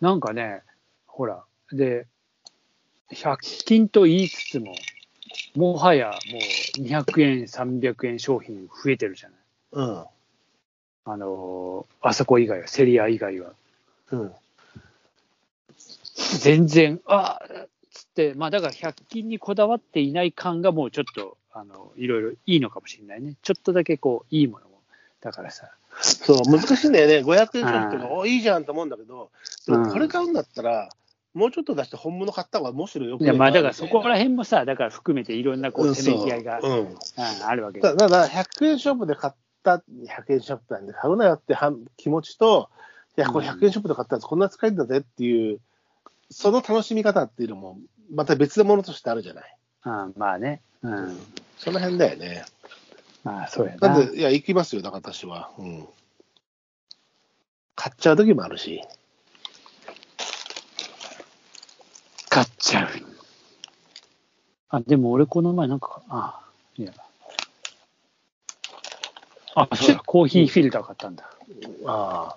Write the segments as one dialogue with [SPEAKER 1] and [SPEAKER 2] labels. [SPEAKER 1] なんかね、ほら、で、100均と言いつつも、もはやもう200円、300円商品増えてるじゃない。
[SPEAKER 2] うん。
[SPEAKER 1] あのーあそこ以外は、セリア以外は。
[SPEAKER 2] うん。
[SPEAKER 1] 全然、あーっつって、まあだから100均にこだわっていない感がもうちょっと、あの、いろいろいいのかもしれないね。ちょっとだけこう、いいものも。だからさ、
[SPEAKER 2] そう、難しいんだよね。500円ショップと
[SPEAKER 1] う
[SPEAKER 2] か、
[SPEAKER 1] ん
[SPEAKER 2] おいいじゃんと思うんだけど、で
[SPEAKER 1] う
[SPEAKER 2] も
[SPEAKER 1] ん
[SPEAKER 2] これ買うんだったら、もうちょっと出して本物買った方がむしろよく
[SPEAKER 1] い
[SPEAKER 2] な
[SPEAKER 1] や
[SPEAKER 2] いか
[SPEAKER 1] まあだからそこ
[SPEAKER 2] み
[SPEAKER 1] ら辺もさ、だから含めていろんなこ
[SPEAKER 2] たいな
[SPEAKER 1] う、せめぎ合いが、
[SPEAKER 2] うんそう
[SPEAKER 1] うんあるわ
[SPEAKER 2] う
[SPEAKER 1] け
[SPEAKER 2] ん
[SPEAKER 1] で
[SPEAKER 2] だだから100円ショップで買った、100円ショップなんで買うなよってはん気持ちと、いや、これ100円ショップで買ったやつこんな使えるんだぜっていう、その楽しみ方っていうのも、また別のものとしてあるじゃない。
[SPEAKER 1] うん、まあね。うん。
[SPEAKER 2] その辺だよね。
[SPEAKER 1] まあ、そうやな。
[SPEAKER 2] だって、いや、行きますよ、だから私は。うん。買っちゃう時もあるし。
[SPEAKER 1] 買っちゃう。あ、でも俺この前なんか、あいや。あ、そうだ、コーヒーフィルター買ったんだ。
[SPEAKER 2] ああ。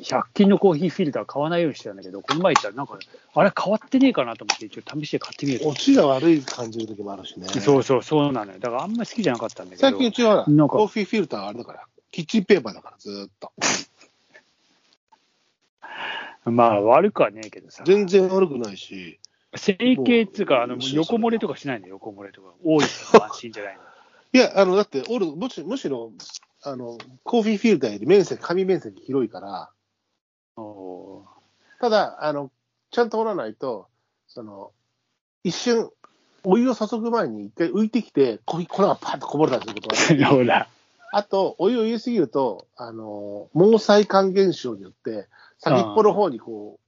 [SPEAKER 1] 100均のコーヒーフィルター買わないようにしてたんだけど、この前行ったらなんか、あれ変わってねえかなと思って一応試して買ってみると。
[SPEAKER 2] 落ちが悪い感じる時もあるしね。
[SPEAKER 1] そうそう、そうなのよ。だからあんまり好きじゃなかったんだけど。
[SPEAKER 2] 最近うちはほ
[SPEAKER 1] な
[SPEAKER 2] ら
[SPEAKER 1] んか
[SPEAKER 2] コーヒーフィルターはあれだから、キッチンペーパーだから、ずーっと。
[SPEAKER 1] まあ悪くはねえけどさ。
[SPEAKER 2] 全然悪くないし、
[SPEAKER 1] 整形っつうか、あの、
[SPEAKER 2] もう
[SPEAKER 1] 横漏れとかしないの横漏れとか。多いから安心じゃないの。
[SPEAKER 2] いや、あの、だって、おる、むしむしろ、あの、コーヒーフィルターより面積、紙面積広いから、
[SPEAKER 1] おー
[SPEAKER 2] ただ、あの、ちゃんと折らないと、その、一瞬、お湯を注ぐ前に一回浮いてきて、コーヒー粉がパッとこぼれたりすることがある
[SPEAKER 1] ほら。
[SPEAKER 2] あと、お湯を入れすぎると、あの、毛細管現象によって、先っぽの方にこう、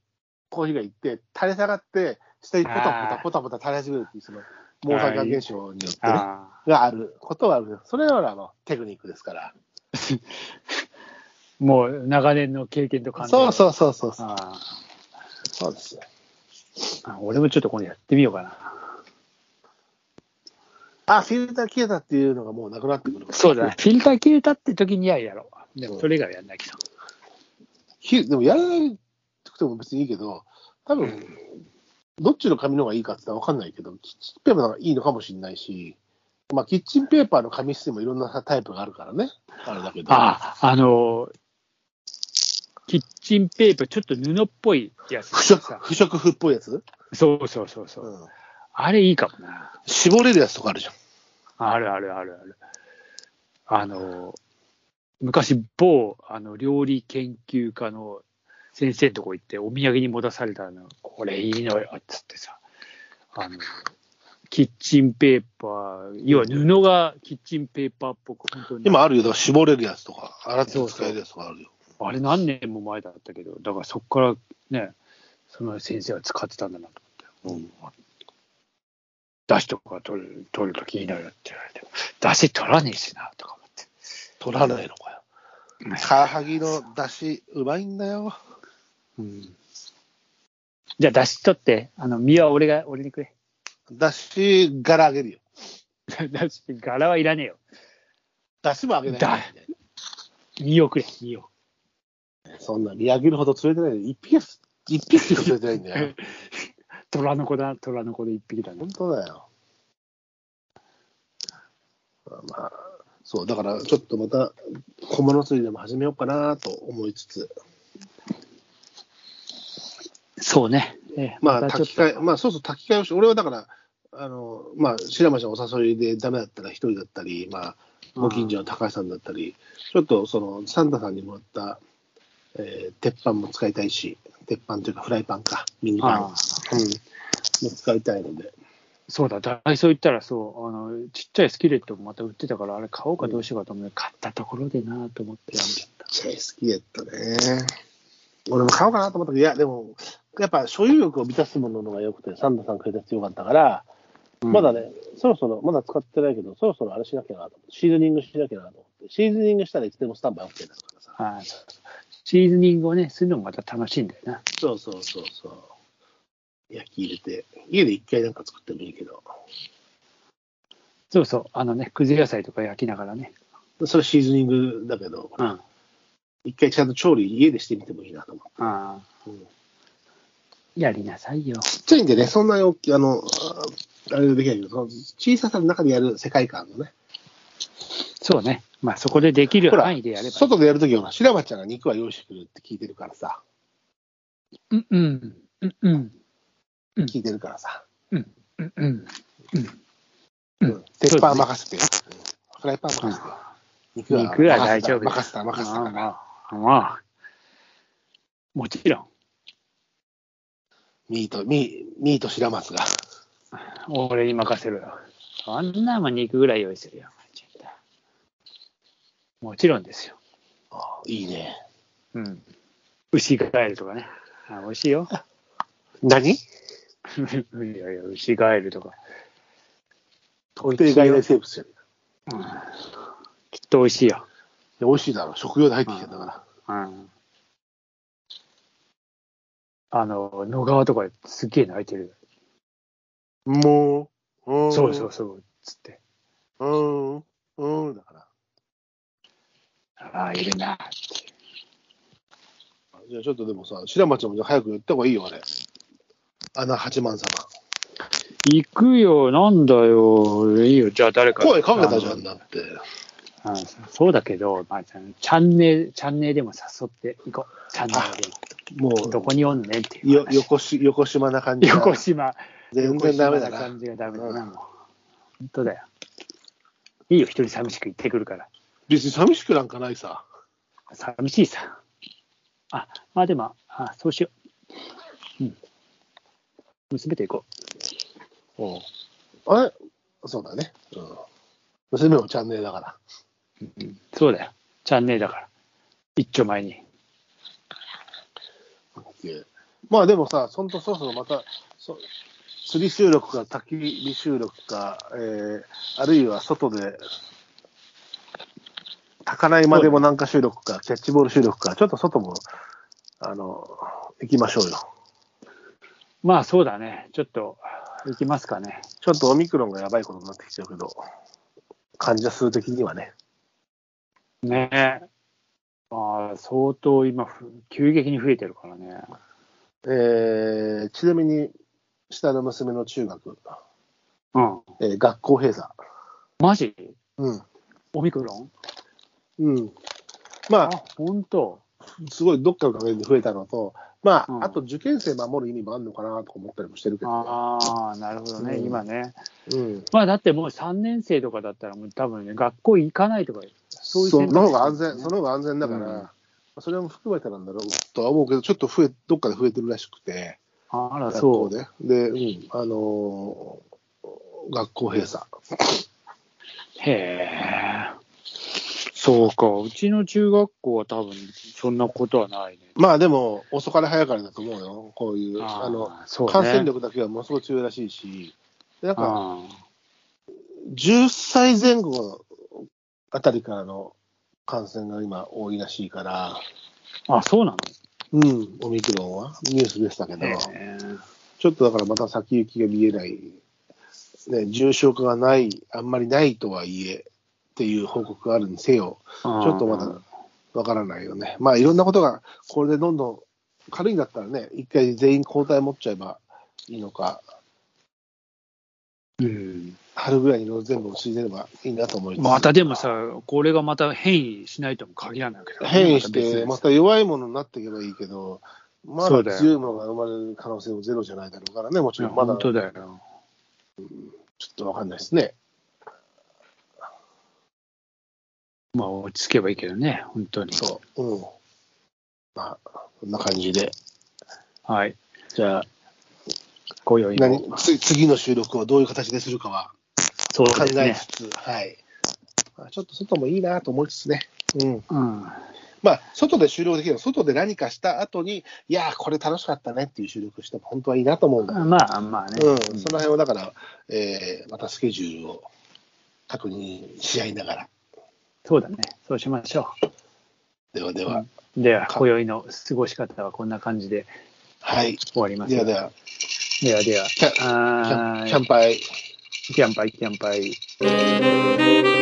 [SPEAKER 2] コーヒーがいって、垂れ下がって、下にポタポタポタポタ垂れ始めるっていう、その、毛細管現象によって、ね、
[SPEAKER 1] あ
[SPEAKER 2] があることはある。それらはあのテクニックですから。
[SPEAKER 1] ーもう長年の経験と感じ。
[SPEAKER 2] そうそううそうそう。
[SPEAKER 1] あ
[SPEAKER 2] そうですよ。
[SPEAKER 1] ーあ俺もちょっと今度やってみようかな。
[SPEAKER 2] あ、フィルター消えたっていうのがもうなくなってくる。
[SPEAKER 1] そうだね。。フィルター切れたって時にはやろう。でもそれ以外はやんなきゃ。
[SPEAKER 2] ひでもやらなくても別にいいけど、多分、どっちの紙の方がいいかって言ったら分かんないけど、キッチンペーパーの方がいいのかもしれないし、まあ、キッチンペーパーの紙質にもいろんなタイプがあるからね、あれだけど。
[SPEAKER 1] ああ、あのーキッチンペーパー、ちょっと布っぽいや つ
[SPEAKER 2] 不織不織布っぽいやつ、
[SPEAKER 1] そうそうそうそう、
[SPEAKER 2] うん、
[SPEAKER 1] あれいいかもな。
[SPEAKER 2] 絞れるやつとかあるじゃん。
[SPEAKER 1] あるあるあるある。あの、昔、某あの料理研究家の先生のとこ行って、お土産に持たされたの、これいいのよっつってさ、あの、キッチンペーパー、要は布がキッチンペーパーっぽく、本当に。
[SPEAKER 2] 今あるよ、だから絞れるやつとか、洗って使えるやつとかあるよ。
[SPEAKER 1] あれ何年も前だったけど、だからそこからね、その先生は使ってたんだなと思って。出汁とか取る取るときいいのよって言われて、出汁取らねえしなとか思って。
[SPEAKER 2] 取らないのかよ。カワハギの出汁、うまいんだよ。
[SPEAKER 1] うんじゃあ、出し取って、あの、身は俺が、俺にくれ。
[SPEAKER 2] 出汁柄あげるよ。
[SPEAKER 1] 出し、柄はいらねえよ。
[SPEAKER 2] 出汁もあげない。
[SPEAKER 1] だ身をくれ、身を。
[SPEAKER 2] そんな見上げるほど釣れてないで、一匹は、一匹しか釣れてないんだよ。
[SPEAKER 1] 虎の子だ、虎の子で一匹だね
[SPEAKER 2] 本。当だよ。まあ、そう、だからちょっとまた小物釣りでも始めようかなと思いつつ、
[SPEAKER 1] そうね。ええ
[SPEAKER 2] まあ、
[SPEAKER 1] たちょっ
[SPEAKER 2] 炊き替え、まあ、そうそう、炊き替えをし、俺はだから、あの、まあ、白町のお誘いでダメだったら一人だったり、まあ、ご近所の高橋さんだったり、ちょっとその、サンタさんにもらった、えー鉄板も使いたいし、鉄板というかフライパンか、ミニ
[SPEAKER 1] と
[SPEAKER 2] パン、
[SPEAKER 1] ああ
[SPEAKER 2] うん、も使いたいので、
[SPEAKER 1] そうだ、ダイソー行ったら、そう、あの、ちっちゃいスキレットもまた売ってたから、あれ買おうかどうしようかと思って、買ったところでなと思ってやめちゃっ
[SPEAKER 2] ちっちゃい好きやったね。俺も買おうかなと思ったけど、いや、でも、やっぱ所有欲を満たすもののが良くて、サンダさんくれたやつ良かったから、
[SPEAKER 1] た。
[SPEAKER 2] まだね、そろそろ、まだ使ってないけど、そろそろあれしなきゃなと思って、シーズニングしなきゃなと思って、シーズニングしたらいつでもスタンバイ OK になるからさ。
[SPEAKER 1] ああそうそうシーズニングをね、するのもまた楽しいんだよな。
[SPEAKER 2] そうそうそうそう。焼き入れて、家で一回なんか作ってもいいけど、
[SPEAKER 1] そうそう、あのね、くず野菜とか焼きながらね。
[SPEAKER 2] それシーズニングだけど、
[SPEAKER 1] うん。あ
[SPEAKER 2] 一回ちゃんと調理家でしてみてもいいなと思って。
[SPEAKER 1] あ。
[SPEAKER 2] うん
[SPEAKER 1] やりなさいよ。
[SPEAKER 2] ちっちゃいんでね、そんなに大きい、あの、ああれできないけど、その小ささの中でやる世界観のね。
[SPEAKER 1] そうね。まあそこでできる
[SPEAKER 2] ほら
[SPEAKER 1] 範囲でやればいい。
[SPEAKER 2] 外でやるときは、白馬ちゃんが肉は用意してくるって聞いてるからさ、
[SPEAKER 1] うんうん。うんうん。うん
[SPEAKER 2] 聞いてるからさ、
[SPEAKER 1] うんうん。
[SPEAKER 2] う
[SPEAKER 1] うん
[SPEAKER 2] ん、鉄板は任せてよ、うんフライパンは任せてよ、肉は
[SPEAKER 1] 肉は大丈夫
[SPEAKER 2] 任せた、任せた、任せたから、
[SPEAKER 1] まあ、もちろん。
[SPEAKER 2] ミート、ミーミート白松が。
[SPEAKER 1] 俺に任せろよ。そんなもん肉ぐらい用意するよ。絶対もちろんですよ。
[SPEAKER 2] あいいね。
[SPEAKER 1] うん。牛ガエルとかね。あ美味しいよ。
[SPEAKER 2] 何
[SPEAKER 1] いやいや、牛ガエルとか。
[SPEAKER 2] 特定外来生物じゃねえ
[SPEAKER 1] きっと美味しいよ。
[SPEAKER 2] いや美味しいだろ。食用で入ってきたんだから。
[SPEAKER 1] うん。あの、野川とかすっげえ泣いてる。
[SPEAKER 2] もう、うん
[SPEAKER 1] そうそう。そう。つって。
[SPEAKER 2] うん、うん、だから。
[SPEAKER 1] ああ、いるなって。
[SPEAKER 2] じゃあちょっとでもさ、白松もじゃあ早く言った方がいいよ、あれ。穴八幡様。
[SPEAKER 1] 行くよ、なんだよ。いいよ、じゃあ誰か。
[SPEAKER 2] 声かけたじゃんだって。
[SPEAKER 1] あのそうだけど、まあ、チャンネル、チャンネルでも誘っていこう。チャンネルで
[SPEAKER 2] も
[SPEAKER 1] も。
[SPEAKER 2] う、
[SPEAKER 1] どこにおんねんっていう
[SPEAKER 2] よ
[SPEAKER 1] 話。
[SPEAKER 2] 横し横島な感じが。
[SPEAKER 1] 横島。
[SPEAKER 2] 全然ダメだ
[SPEAKER 1] 横島な
[SPEAKER 2] な
[SPEAKER 1] 感。じがダメだな、
[SPEAKER 2] うん
[SPEAKER 1] もう。本当だよ。いいよ、一人寂しく行ってくるから。
[SPEAKER 2] 別に寂しくなんかないさ。
[SPEAKER 1] 寂しいさ。あ、まあでも、あ、そうしよう。うん。娘と行こ
[SPEAKER 2] うん。あれそうだね。うん。娘もチャンネルだから。
[SPEAKER 1] う。うん、そうだよ。チャンネルだから。一丁前に。
[SPEAKER 2] でまあでもさ、そんとそろそろまた、そ釣り収録か焚き火収録か、えーあるいは外で、高台までもなんか収録か、キャッチボール収録か、ちょっと外も、あの、行きましょうよ。
[SPEAKER 1] まあそうだね。ちょっと、行きますかね。
[SPEAKER 2] ちょっとオミクロンがやばいことになってきちゃうけど、患者数的にはね。
[SPEAKER 1] ねえ。まあ、相当今ふ、急激に増えてるからね。
[SPEAKER 2] えーちなみに、下の娘の中学、
[SPEAKER 1] うん。
[SPEAKER 2] えー学校閉鎖。
[SPEAKER 1] マジ
[SPEAKER 2] うん。
[SPEAKER 1] オミクロン
[SPEAKER 2] うん。まあ
[SPEAKER 1] あ、、本当。
[SPEAKER 2] すごいどっかの陰で増えたのと、まあ、
[SPEAKER 1] うん
[SPEAKER 2] あと受験生守る意味もあるのかなとか思ったりもしてるけどね、
[SPEAKER 1] ああ、なるほどね、
[SPEAKER 2] うん
[SPEAKER 1] 今ね。
[SPEAKER 2] うん、
[SPEAKER 1] まあ、だってもう3年生とかだったら、もう多分ね、学校行かないとか、そういう
[SPEAKER 2] そ
[SPEAKER 1] 選択肢
[SPEAKER 2] の方が安全、
[SPEAKER 1] ね
[SPEAKER 2] その方が安全だから、
[SPEAKER 1] うん
[SPEAKER 2] まあそれも含めてなんだろうとは思うけど、ちょっと増えどっかで増えてるらしくて、
[SPEAKER 1] ああら、
[SPEAKER 2] 学
[SPEAKER 1] そ
[SPEAKER 2] 校
[SPEAKER 1] う。
[SPEAKER 2] で、で、うん、あのー学校閉鎖、
[SPEAKER 1] へえ。そうか、うちの中学校は多分、そんなことはないね。
[SPEAKER 2] まあでも、遅かれ早かれだと思うよ、こういう、あ
[SPEAKER 1] ー
[SPEAKER 2] の
[SPEAKER 1] そうね
[SPEAKER 2] 感染力だけはものすごく強いらしいし、でなんか、
[SPEAKER 1] あー
[SPEAKER 2] 10歳前後あたりからの感染が今、多いらしいから。
[SPEAKER 1] あ、そうなの
[SPEAKER 2] うん、オミクロンはニュースでしたけど、
[SPEAKER 1] へえ
[SPEAKER 2] ちょっとだからまた先行きが見えない、ね、重症化がない、あんまりないとはいえっていう報告があるにせよ、
[SPEAKER 1] ち
[SPEAKER 2] ちょっとまだわからないよね。まあいろんなことが、これでどんどん軽いんだったらね、一回全員抗体持っちゃえばいいのか、
[SPEAKER 1] うん。
[SPEAKER 2] 春ぐらいに全部落ち出ればいいなと思い
[SPEAKER 1] ま
[SPEAKER 2] ます。
[SPEAKER 1] たでもさ、これがまた変異しないとも限らないわけだからね
[SPEAKER 2] 変異し
[SPEAKER 1] また別で
[SPEAKER 2] て、
[SPEAKER 1] す
[SPEAKER 2] また弱いものになっていけばいいけど、ま
[SPEAKER 1] そう
[SPEAKER 2] だ
[SPEAKER 1] だよ
[SPEAKER 2] 強いものが生まれる可能性もゼロじゃないだろうからね、もち
[SPEAKER 1] いや
[SPEAKER 2] ろんまだ
[SPEAKER 1] 本当だよ。
[SPEAKER 2] ちょっとわかんないですね。
[SPEAKER 1] まあ、落ち着けばいいけどね、本当に。
[SPEAKER 2] そう。うん。まあ、こんな感じで。
[SPEAKER 1] はい。
[SPEAKER 2] じゃあ、
[SPEAKER 1] ご用意
[SPEAKER 2] 何
[SPEAKER 1] を。
[SPEAKER 2] つ次の収録をどういう形でするかは
[SPEAKER 1] そう
[SPEAKER 2] 考
[SPEAKER 1] です
[SPEAKER 2] え
[SPEAKER 1] ね
[SPEAKER 2] つ。つ、はい。まあ、ちょっと外もいいなと思いつつね。うん。
[SPEAKER 1] うん。
[SPEAKER 2] まあ、外で収録できるの外で何かした後に、いやー、これ楽しかったねっていう収録しても本当はいいなと思うんだ。うん。
[SPEAKER 1] まあまあね。
[SPEAKER 2] その辺をだから、えーまたスケジュールを確認し合いながら。
[SPEAKER 1] そうだね。そうしましょ
[SPEAKER 2] ではで
[SPEAKER 1] う
[SPEAKER 2] は。
[SPEAKER 1] うん。では、
[SPEAKER 2] か
[SPEAKER 1] 今宵の過ごし方はこんな感じで
[SPEAKER 2] はい。
[SPEAKER 1] 終わります。
[SPEAKER 2] ではでは、
[SPEAKER 1] ではでは。
[SPEAKER 2] キャ
[SPEAKER 1] は
[SPEAKER 2] キャン
[SPEAKER 1] ー
[SPEAKER 2] キャ
[SPEAKER 1] い
[SPEAKER 2] ンパイ。
[SPEAKER 1] キャンパイ、キャンパイ。